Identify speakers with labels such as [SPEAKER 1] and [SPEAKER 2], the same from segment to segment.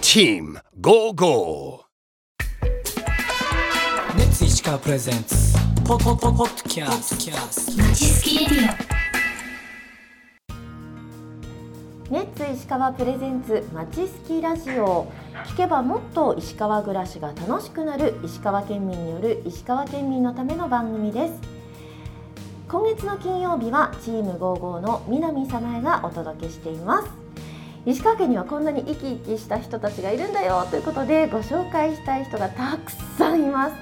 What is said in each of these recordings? [SPEAKER 1] Team Go Go
[SPEAKER 2] レッツ石川プレゼンツポポポポッドキャスト
[SPEAKER 3] ちすきレディ
[SPEAKER 4] レッツ石川プレゼンツまちすきラジオ聞けばもっと石川暮らしが楽しくなる石川県民による石川県民のための番組です今月の金曜日はチーム55の南早苗がお届けしています石川県にはこんなに生き生きした人たちがいるんだよということでご紹介したい人がたくさんいます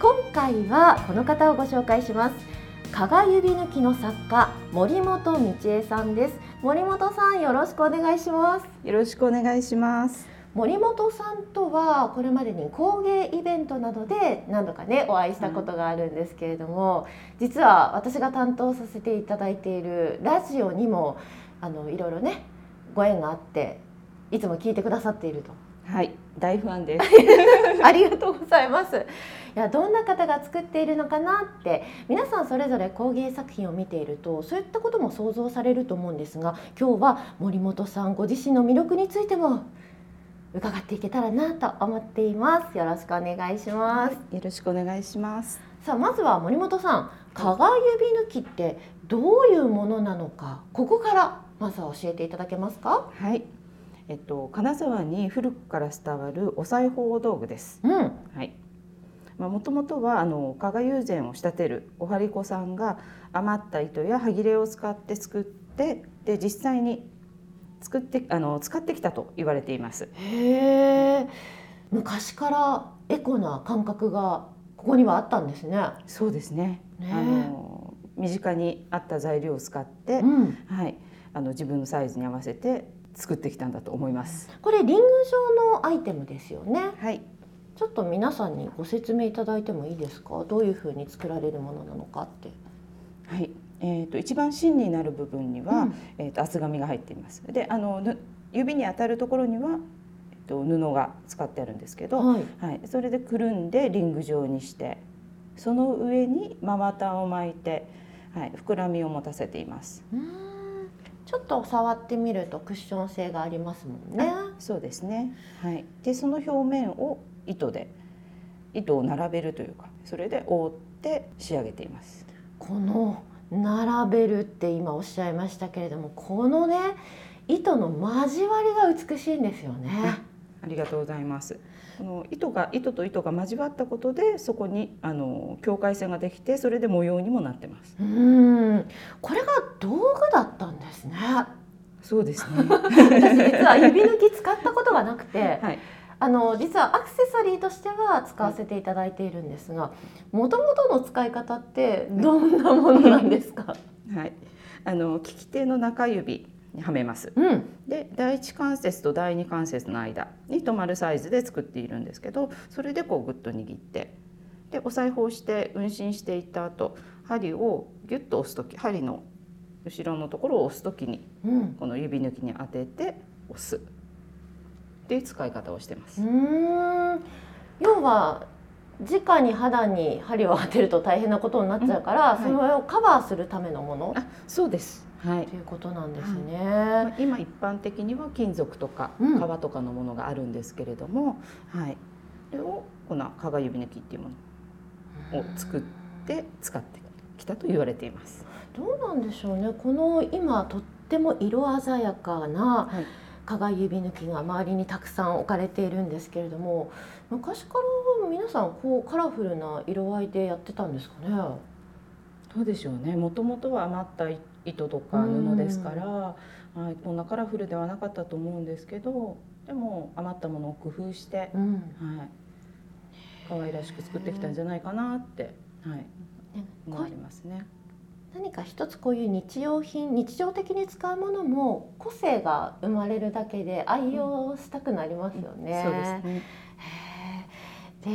[SPEAKER 4] 今回はこの方をご紹介します加賀指抜きの作家森本道恵さんです森本さんよろしくお願いします
[SPEAKER 5] よろしくお願いします。
[SPEAKER 4] 森本さんとはこれまでに工芸イベントなどで何度かねお会いしたことがあるんですけれども、実は私が担当させていただいているラジオにもあのいろいろねご縁があっていつも聞いてくださっていると
[SPEAKER 5] はい、大ファンです。
[SPEAKER 4] ありがとうございますいやどんな方が作っているのかなって皆さんそれぞれ工芸作品を見ているとそういったことも想像されると思うんですが今日は森本さんご自身の魅力についても伺っていけたらなと思っていますよろしくお願いします
[SPEAKER 5] よろしくお願いします。
[SPEAKER 4] さあまずは森本さん加賀指抜きってどういうものなのかここからまずは教えていただけますか
[SPEAKER 5] はい。えっと金沢に古くから伝わるお裁縫道具です。
[SPEAKER 4] うん
[SPEAKER 5] はい。まあ元々はあの加賀友禅を仕立てるお針子さんが余った糸や端切れを使って作ってで実際に作ってあの使ってきたと言われています。
[SPEAKER 4] へえ昔からエコな感覚がここにはあったんですね。
[SPEAKER 5] そうですね。
[SPEAKER 4] ね
[SPEAKER 5] あの身近にあった材料を使って、
[SPEAKER 4] うん、
[SPEAKER 5] はい、あの自分のサイズに合わせて作ってきたんだと思います。
[SPEAKER 4] これリング状のアイテムですよね
[SPEAKER 5] はい、
[SPEAKER 4] ちょっと皆さんにご説明いただいてもいいですかどういうふうに作られるものなのかって
[SPEAKER 5] はい、えっ、と一番芯になる部分には、
[SPEAKER 4] うん
[SPEAKER 5] えっ、と厚紙が入っています。で、あのぬ指に当たるところには、えっと布が使ってあるんですけど、
[SPEAKER 4] はい
[SPEAKER 5] はい、それでくるんでリング状にして、その上に真綿を巻いて、はい、膨らみを持たせています。
[SPEAKER 4] うーんちょっと触ってみるとクッション性がありますもんね
[SPEAKER 5] そうですね。はい。で、その表面を糸で糸を並べるというか、それで覆って仕上げています。
[SPEAKER 4] この並べるって今おっしゃいましたけれどもこのね糸の交わりが美しいんですよね
[SPEAKER 5] ありがとうございます。この糸が糸と糸が交わったことでそこにあの境界線ができてそれで模様にもなってます。
[SPEAKER 4] うーんこれが道具だったんですね
[SPEAKER 5] そうですね。
[SPEAKER 4] 私実は指抜き使ったことがなくて
[SPEAKER 5] はい。
[SPEAKER 4] あの実はアクセサリーとしては使わせていただいているんですがもともとの使い方ってどんなものなんです か、
[SPEAKER 5] はい。あの利き手の中指にはめます。
[SPEAKER 4] うん、
[SPEAKER 5] で第一関節と第二関節の間に止まるサイズで作っているんですけど、それでこうグッと握って。でお裁縫して運針していった後針をギュッと押す時針の後ろのところを押す時に
[SPEAKER 4] うん
[SPEAKER 5] この指抜きに当てて押すっていう使い方をしてます。
[SPEAKER 4] うーん要は直に肌に針を当てると大変なことになっちゃうから、
[SPEAKER 5] うんはい
[SPEAKER 4] それをカバーするためのもの
[SPEAKER 5] あ、そうです。はい
[SPEAKER 4] と。いうことなんですね。
[SPEAKER 5] まあ今一般的には金属とか
[SPEAKER 4] うん
[SPEAKER 5] 革とかのものがあるんですけれども、はい。それをこの加賀指抜きっていうものを作って使ってきたと言われています。
[SPEAKER 4] どうなんでしょうねこの今とっても色鮮やかな
[SPEAKER 5] はい
[SPEAKER 4] 加賀指抜きが周りにたくさん置かれているんですけれども昔から皆さんこうカラフルな色合いでやってたんですかね
[SPEAKER 5] どうでしょうね。もともとは余った糸とか布ですから、はい、こんなカラフルではなかったと思うんですけど、でも余ったものを工夫して
[SPEAKER 4] うん、
[SPEAKER 5] はい、可愛らしく作ってきたんじゃないかなって、はい、
[SPEAKER 4] ねこ
[SPEAKER 5] 思
[SPEAKER 4] う
[SPEAKER 5] いますね。
[SPEAKER 4] 何か一つこういう日用品日常的に使うものも個性が生まれるだけで愛用したくなりますよね、
[SPEAKER 5] そうですね。
[SPEAKER 4] へ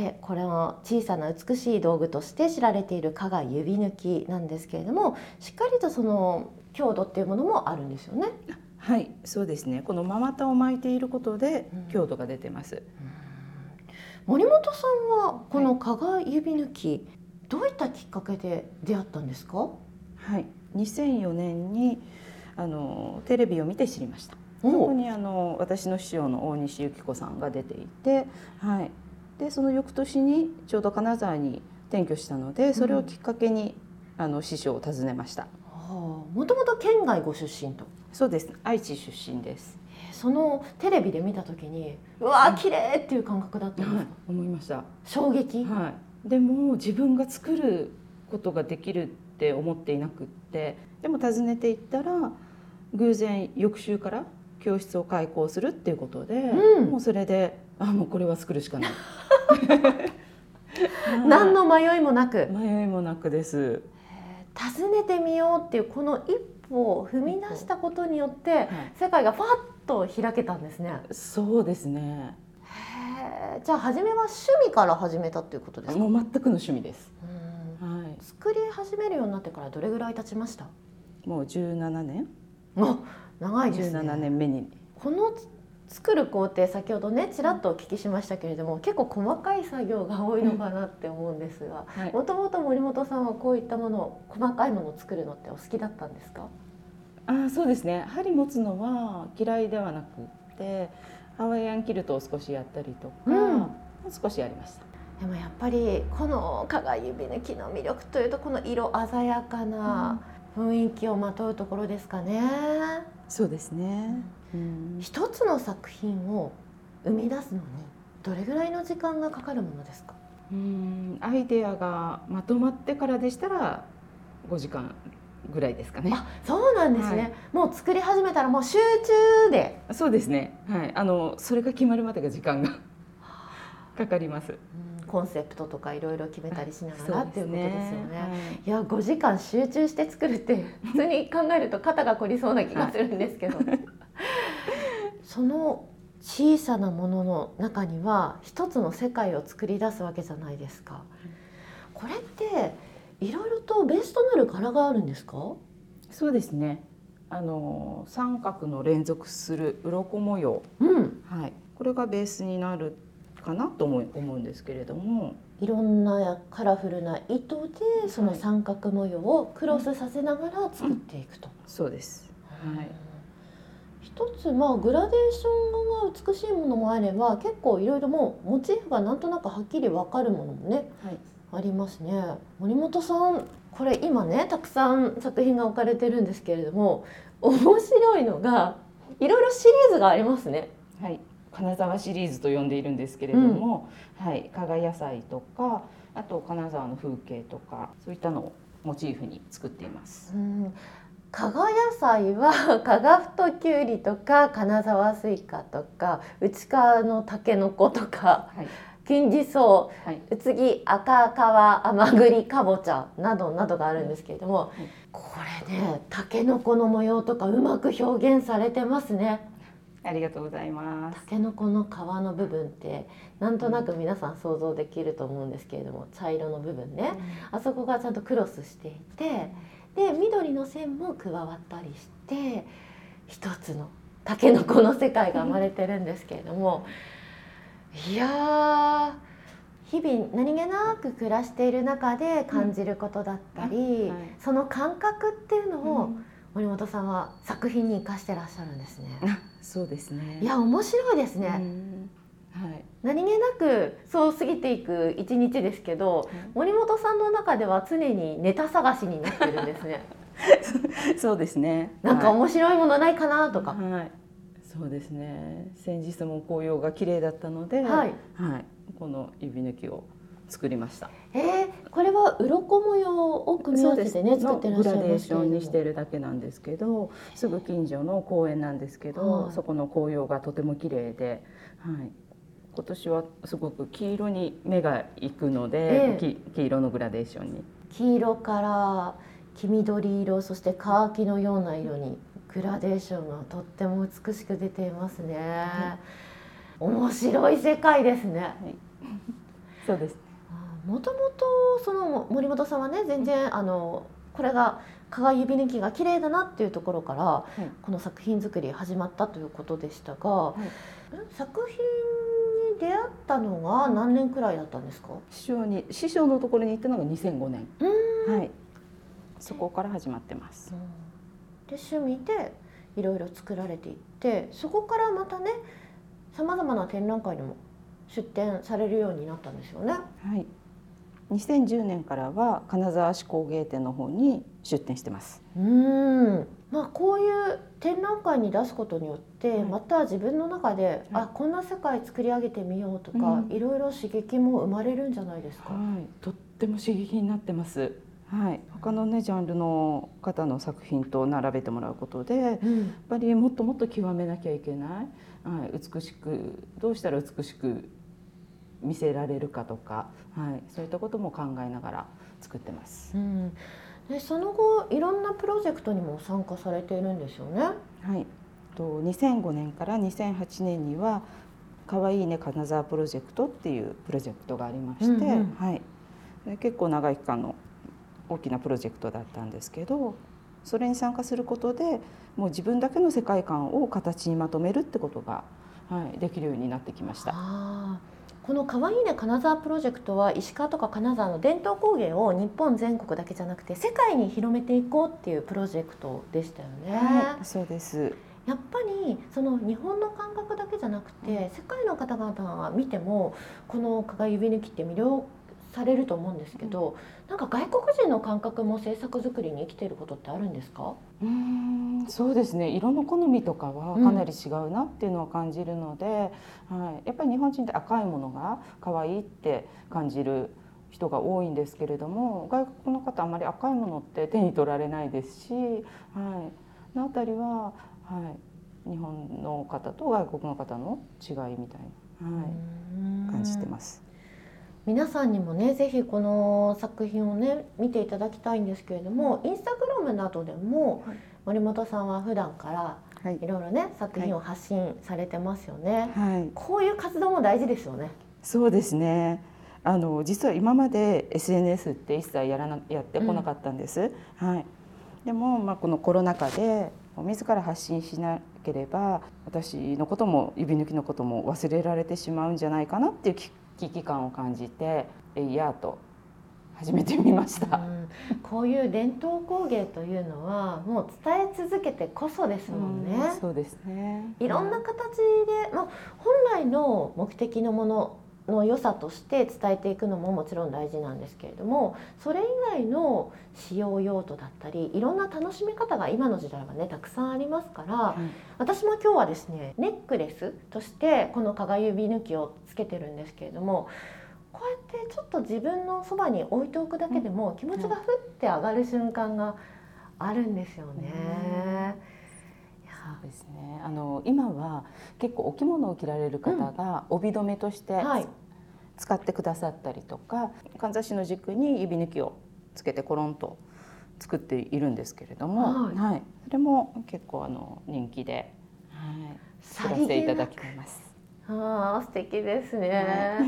[SPEAKER 4] えでこれは小さな美しい道具として知られている加賀指抜きなんですけれどもしっかりとその強度っていうものもあるんですよね。
[SPEAKER 5] はい、そうですね。このままたを巻いていることで
[SPEAKER 4] うん
[SPEAKER 5] 強度が出てます。
[SPEAKER 4] 森本さんはこの加賀指抜き、どういったきっかけで出会ったんですか
[SPEAKER 5] はい、2004年にあのテレビを見て知りました。
[SPEAKER 4] うん
[SPEAKER 5] そこにあの私の師匠の大西幸子さんが出ていて、はい、でその翌年にちょうど金沢に転居したのでそれをきっかけに、あの師匠を訪ねました
[SPEAKER 4] もともと県外ご出身と
[SPEAKER 5] そうです愛知出身です
[SPEAKER 4] そのテレビで見た時にうわー綺麗っていう感覚だったんですか
[SPEAKER 5] 思いました、
[SPEAKER 4] 衝撃
[SPEAKER 5] はい、でも自分が作ることができるって思っていなくってでも訪ねていったら偶然翌週から教室を開校するっていうことで、
[SPEAKER 4] うん
[SPEAKER 5] もうそれであもうこれは作るしかないはい
[SPEAKER 4] 何の迷いもなく
[SPEAKER 5] 迷いもなくです、
[SPEAKER 4] 訪ねてみようっていうこの一歩を踏み出したことによって
[SPEAKER 5] はい
[SPEAKER 4] 世界がファッと開けたんですね
[SPEAKER 5] そうですね
[SPEAKER 4] へーじゃあ初めは趣味から始めたっていうことですか
[SPEAKER 5] もう全くの趣味です、
[SPEAKER 4] うん
[SPEAKER 5] は
[SPEAKER 4] 作り始めるようになってからどれぐらい経ちました
[SPEAKER 5] い、もう17年、
[SPEAKER 4] あ長いですね
[SPEAKER 5] 17年目に
[SPEAKER 4] この作る工程先ほどねちらっとお聞きしましたけれども結構細かい作業が多いのかなって思うんですが
[SPEAKER 5] はい
[SPEAKER 4] もともと森本さんはこういったものを細かいものを作るのってお好きだったんですか
[SPEAKER 5] あーそうですね針持つのは嫌いではなくってハワイアンキルトを少しやったりとか、
[SPEAKER 4] うん
[SPEAKER 5] 少しやりました
[SPEAKER 4] でもやっぱりこの加賀指抜きの魅力というとこの色鮮やかな雰囲気をまとうところですかね。
[SPEAKER 5] そうですね、うん
[SPEAKER 4] 一つの作品を生み出すのにどれぐらいの時間がかかるものですか
[SPEAKER 5] うんアイデアがまとまってからでしたら5時間ぐらいですかね
[SPEAKER 4] あそうなんですね、
[SPEAKER 5] はい
[SPEAKER 4] もう作り始めたらもう集中で
[SPEAKER 5] そうですねはいあのそれが決まるまでが時間が かかります
[SPEAKER 4] コンセプトとかいろいろ決めたりしながらっていうことですよね。
[SPEAKER 5] はい
[SPEAKER 4] いや5時間集中して作るって普通に考えると肩が凝りそうな気がするんですけ どその小さなものの中には一つの世界を作り出すわけじゃないですかこれっていろいろとベースとなる柄があるんですか
[SPEAKER 5] そうですねあの三角の連続する鱗模様
[SPEAKER 4] うん
[SPEAKER 5] はい、これがベースになるかなと思い思うんですけれども、
[SPEAKER 4] いろんなカラフルな糸でその三角模様をクロスさせながら作っていくと。
[SPEAKER 5] そうです。はい、
[SPEAKER 4] 一つまあグラデーションが美しいものもあれば結構いろいろもうモチーフがなんとなくはっきりわかるものもね
[SPEAKER 5] はい、
[SPEAKER 4] ありますね森本さんこれ今ねたくさん作品が置かれてるんですけれども面白いのがいろいろシリーズがありますね
[SPEAKER 5] はい、金沢シリーズと呼んでいるんですけれども、はい、加賀野菜とか、あと金沢の風景とか、そういったのをモチーフに作っています。
[SPEAKER 4] うん加賀野菜は 加賀太きゅうりとか金沢スイカとか内川のたけのことか
[SPEAKER 5] はい、
[SPEAKER 4] 金時草
[SPEAKER 5] はい、
[SPEAKER 4] 次赤皮甘栗かぼちゃなどなどがあるんですけれども、
[SPEAKER 5] い
[SPEAKER 4] これねたけのこの模様とかうまく表現されてますね
[SPEAKER 5] ありがとうございま
[SPEAKER 4] た
[SPEAKER 5] す。
[SPEAKER 4] けのこの皮の部分ってなんとなく皆さん想像できると思うんですけれども茶色の部分ねあそこがちゃんとクロスしていてで緑の線も加わったりして一つのタケノコの世界が生まれてるんですけれどもいやー日々何気なく暮らしている中で感じることだったり、
[SPEAKER 5] うんあはい
[SPEAKER 4] その感覚っていうのを
[SPEAKER 5] うん
[SPEAKER 4] 森本さんは作品に生かしてらっしゃるんですね。
[SPEAKER 5] あそうですね。
[SPEAKER 4] いや面白いです
[SPEAKER 5] う
[SPEAKER 4] ね、
[SPEAKER 5] ん、はい、
[SPEAKER 4] 何気なくそう過ぎていく一日ですけど森本さんの中では常にネタ探しになってる んですね
[SPEAKER 5] そうですね。
[SPEAKER 4] なんか
[SPEAKER 5] はい
[SPEAKER 4] 面白いものないかなとか、
[SPEAKER 5] はい、そうですね。先日も紅葉が綺麗だったので、
[SPEAKER 4] はい、
[SPEAKER 5] はい、この指抜きを作りました。
[SPEAKER 4] えーこれは鱗模様を組み合わせてね作ってらっしゃい
[SPEAKER 5] グラデ
[SPEAKER 4] ま
[SPEAKER 5] ー
[SPEAKER 4] す
[SPEAKER 5] シ
[SPEAKER 4] け
[SPEAKER 5] ョ
[SPEAKER 4] れど
[SPEAKER 5] ン
[SPEAKER 4] も
[SPEAKER 5] にしてるだけなんですけど、すぐ近所の公園なんですけど、
[SPEAKER 4] はい
[SPEAKER 5] そこの紅葉がとても綺麗で、はい。今年はすごく黄色に目が行くので
[SPEAKER 4] え、え
[SPEAKER 5] き黄色のグラデーションに。
[SPEAKER 4] 黄色から黄緑色そしてカーキのような色にグラデーションがとっても美しく出ていますね、面白い世界ですね
[SPEAKER 5] そうです。
[SPEAKER 4] もともとその森本さんはね全然あのこれが加賀指抜きが綺麗だなっていうところから、
[SPEAKER 5] い
[SPEAKER 4] この作品作り始まったということでしたが、
[SPEAKER 5] い
[SPEAKER 4] ん作品に出会ったのが何年くらいだったんですか
[SPEAKER 5] 師匠に師匠のところに行ったのが2005年。
[SPEAKER 4] う
[SPEAKER 5] はい。そこから始まってます。
[SPEAKER 4] で趣味でいろいろ作られていってそこからまたねさまざまな展覧会にも出展されるようになったんですよね。
[SPEAKER 5] はい。2010年からは金沢市工芸店の方に出店してます。
[SPEAKER 4] うーんまあ、こういう展覧会に出すことによって、
[SPEAKER 5] はい
[SPEAKER 4] また自分の中で、あこんな世界作り上げてみようとか、
[SPEAKER 5] うん
[SPEAKER 4] いろいろ刺激も生まれるんじゃないですか。
[SPEAKER 5] はい、とっても刺激になってます。はい、他のねジャンルの方の作品と並べてもらうことで、やっ
[SPEAKER 4] うん
[SPEAKER 5] ぱりもっともっと極めなきゃいけない。はい、美しくどうしたら美しく見せられるかとか、はい、そういったことも考えながら作ってます。
[SPEAKER 4] うん、でその後いろんなプロジェクトにも参加されているんですよね。
[SPEAKER 5] はい。と2005年から2008年には可愛いね金沢プロジェクトっていうプロジェクトがありまして、
[SPEAKER 4] うんうん
[SPEAKER 5] はい。で結構長い期間の大きなプロジェクトだったんですけど、それに参加することで、もう自分だけの世界観を形にまとめるってことが、はい、できるようになってきました。
[SPEAKER 4] あーこの可愛いね金沢プロジェクトは石川とか金沢の伝統工芸を日本全国だけじゃなくて世界に広めていこうっていうプロジェクトでしたよね。
[SPEAKER 5] はい、そうです。
[SPEAKER 4] やっぱりその日本の感覚だけじゃなくて、
[SPEAKER 5] うん
[SPEAKER 4] 世界の方々が見てもこの蚊が指抜きって魅了されると思うんですけど、なんか外国人の感覚も制作作りに生きていることってあるんですか？
[SPEAKER 5] うーんそうですね色の好みとかはかなり違うなっていうのを感じるので、はい、やっぱり日本人って赤いものが可愛いって感じる人が多いんですけれども外国の方あんまり赤いものって手に取られないですし、はい、あの辺りは、はい、日本の方と外国の方の違いみたいな、は
[SPEAKER 4] う
[SPEAKER 5] い、
[SPEAKER 4] ん
[SPEAKER 5] 感じてます。
[SPEAKER 4] 皆さんにもねぜひこの作品をね見ていただきたいんですけれどもインスタグラムなどでも、
[SPEAKER 5] はい
[SPEAKER 4] 森本さんは普段から
[SPEAKER 5] はい
[SPEAKER 4] いろいろね作品を発信されてますよね、
[SPEAKER 5] はい
[SPEAKER 4] こういう活動も大事ですよね
[SPEAKER 5] そうですね。あの実は今まで SNS って一切やらなやってこなかったんです。はい。でもまあこのコロナ禍で自ら発信しなければ私のことも指抜きのことも忘れられてしまうんじゃないかなっていうき危機感を感じてえいやーと始めてみました。
[SPEAKER 4] うんこういう伝統工芸というのはもう伝え続けてこそですもんね、
[SPEAKER 5] うんそうですね。
[SPEAKER 4] いろんな形で、まあ、本来の目的のものの良さとして伝えていくのももちろん大事なんですけれどもそれ以外の使用用途だったりいろんな楽しみ方が今の時代はねたくさんありますから
[SPEAKER 5] はい
[SPEAKER 4] 私も今日はですねネックレスとしてこの加賀指抜きをつけてるんですけれどもこうやってちょっと自分のそばに置いておくだけでも気持ちがふって上がる瞬間があるんですよね。いや
[SPEAKER 5] そうですね。あの今は結構お着物を着られる方が帯留めとして
[SPEAKER 4] はい
[SPEAKER 5] 使ってくださったりとか、かんざしの軸に指抜きをつけてコロンと作っているんですけれども、
[SPEAKER 4] は
[SPEAKER 5] はいい、それも結構あの人気で、はい、作らせていただきます。
[SPEAKER 4] ああ素敵ですね。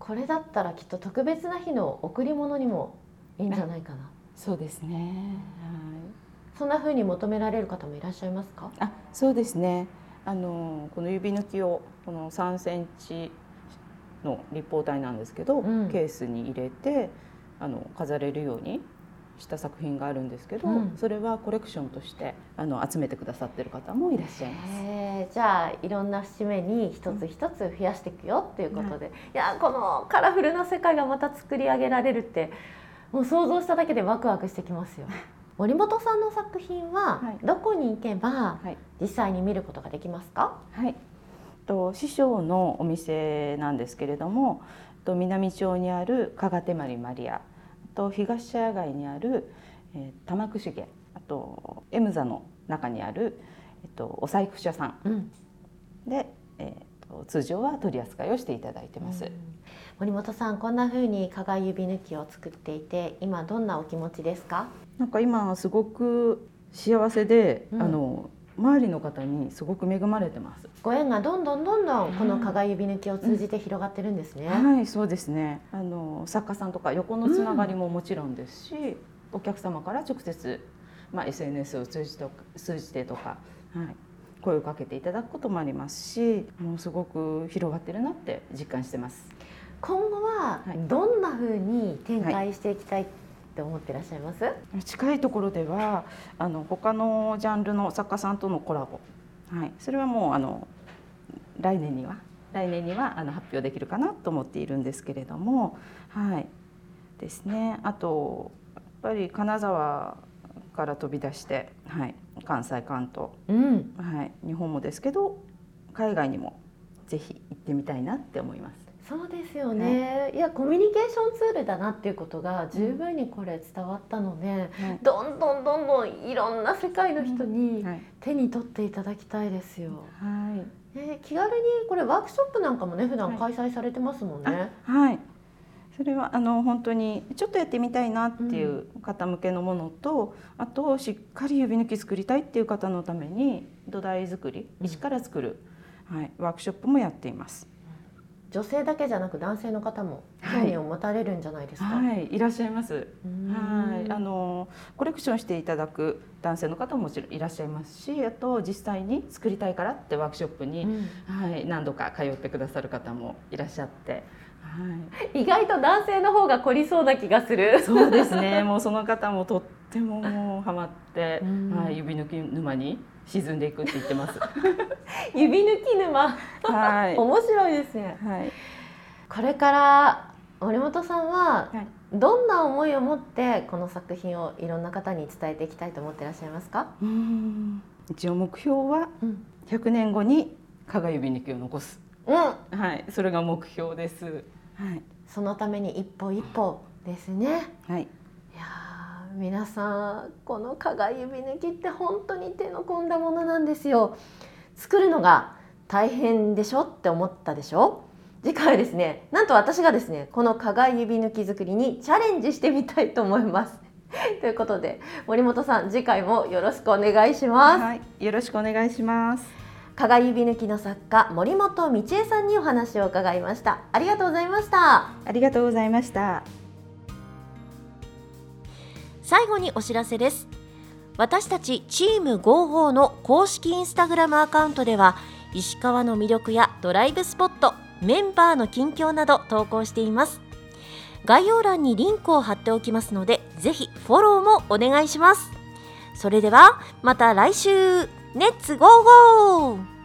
[SPEAKER 4] これだったらきっと特別な日の贈り物にもいいんじゃないかな。
[SPEAKER 5] そうですね。はい。
[SPEAKER 4] そんな風に求められる方もいらっしゃいますか。
[SPEAKER 5] あそうですねあのこの指抜きをこの3センチの立方体なんですけど、
[SPEAKER 4] うん
[SPEAKER 5] ケースに入れてあの飾れるようにした作品があるんですけど、
[SPEAKER 4] うん
[SPEAKER 5] それはコレクションとしてあの集めてくださってる方もいらっしゃいます。
[SPEAKER 4] えーじゃあいろんな節目に一つ一つ増やしていくよっていうことで、いやーこのカラフルな世界がまた作り上げられるってもう想像しただけでワクワクしてきますよ森本さんの作品は
[SPEAKER 5] はい
[SPEAKER 4] どこに行けば
[SPEAKER 5] はい
[SPEAKER 4] 実際に見ることができますか、
[SPEAKER 5] はい、と師匠のお店なんですけれどもと南町にある加賀手まりマリアと東シャ街にある、えー、玉串毛あとエムザの中にある、えっと、お細工者さん
[SPEAKER 4] うん、
[SPEAKER 5] で、えー、と通常は取り扱いをしていただいてます。
[SPEAKER 4] 森本さんこんな風に加賀指抜きを作っていて今どんなお気持ちですか
[SPEAKER 5] なんか今すごく幸せで、
[SPEAKER 4] うん
[SPEAKER 5] あの周りの方にすごく恵まれてます。
[SPEAKER 4] ご縁がどんどんどんどんこの加賀指抜きを通じて広がってるんですね、
[SPEAKER 5] はい、そうですね。あの作家さんとか横のつながりももちろんですし、お客様から直接まあ SNS を通じてとか通じてとか、はい、声をかけていただくこともありますし、もうすごく広がってるなって実感してます。
[SPEAKER 4] 今後は
[SPEAKER 5] はい
[SPEAKER 4] どんな風に展開していきたいって思ってらっしゃいます、
[SPEAKER 5] 近いところではあの他のジャンルの作家さんとのコラボはい、それはもうあの来年には来年にはあの発表できるかなと思っているんですけれども、はい、ですね。あとやっぱり金沢から飛び出して、はい、関西関東、
[SPEAKER 4] うん、
[SPEAKER 5] はい、日本もですけど海外にもぜひ行ってみたいなって思います。
[SPEAKER 4] そうですよね、いやコミュニケーションツールだなっていうことが十分にこれ伝わったので、
[SPEAKER 5] はい
[SPEAKER 4] どんどんどんどんいろんな世界の人に
[SPEAKER 5] はい
[SPEAKER 4] 手に取っていただきたいですよ。
[SPEAKER 5] はい
[SPEAKER 4] ね気軽にこれワークショップなんかもね普段
[SPEAKER 5] は
[SPEAKER 4] 開催されてますもんね。
[SPEAKER 5] はい、それはあの本当にちょっとやってみたいなっていう方向けのものと、あとしっかり指抜き作りたいっていう方のために土台作り
[SPEAKER 4] うん
[SPEAKER 5] 石から作る、はい、ワークショップもやっています。
[SPEAKER 4] 女性だけじゃなく男性の方も
[SPEAKER 5] はい
[SPEAKER 4] 興味を持たれるんじゃないですか。
[SPEAKER 5] はい、いらっしゃいます。
[SPEAKER 4] うーん
[SPEAKER 5] はい、あのコレクションしていただく男性の方ももちろんいらっしゃいますし、あと実際に作りたいからってワークショップ
[SPEAKER 4] う
[SPEAKER 5] に、
[SPEAKER 4] ん
[SPEAKER 5] はい何度か通ってくださる方もいらっしゃって、はい。
[SPEAKER 4] 意外と男性の方が凝りそうな気がする。
[SPEAKER 5] そうですね。もうその方もとってももうハマって、
[SPEAKER 4] うん
[SPEAKER 5] はい、指抜き沼に沈んでいくって言ってます。
[SPEAKER 4] 指抜き沼、
[SPEAKER 5] はい。
[SPEAKER 4] 面白いですね。
[SPEAKER 5] はい。
[SPEAKER 4] これから森本さんは
[SPEAKER 5] はい
[SPEAKER 4] どんな思いを持ってこの作品をいろんな方に伝えていきたいと思っていらっしゃいますか？
[SPEAKER 5] うん。一応目標は
[SPEAKER 4] うん、
[SPEAKER 5] 100年後に加賀指抜きを残す。
[SPEAKER 4] うん、
[SPEAKER 5] はい。それが目標です。はい。
[SPEAKER 4] そのために一歩一歩ですね。
[SPEAKER 5] はい。
[SPEAKER 4] いやー皆さんこの加賀指抜きって本当に手の込んだものなんですよ作るのが大変でしょって思ったでしょ次回はですねなんと私がですねこの加賀指抜き作りにチャレンジしてみたいと思います ということで森本さん次回もよろしくお願いします、
[SPEAKER 5] はい。よろしくお願いします。
[SPEAKER 4] 加賀指抜きの作家森本道恵さんにお話を伺いましたありがとうございました
[SPEAKER 5] ありがとうございました。
[SPEAKER 4] 最後にお知らせです私たちチーム GO の公式インスタグラムアカウントでは石川の魅力やドライブスポットメンバーの近況など投稿しています概要欄にリンクを貼っておきますのでぜひフォローもお願いしますそれではまた来週レッツゴーゴー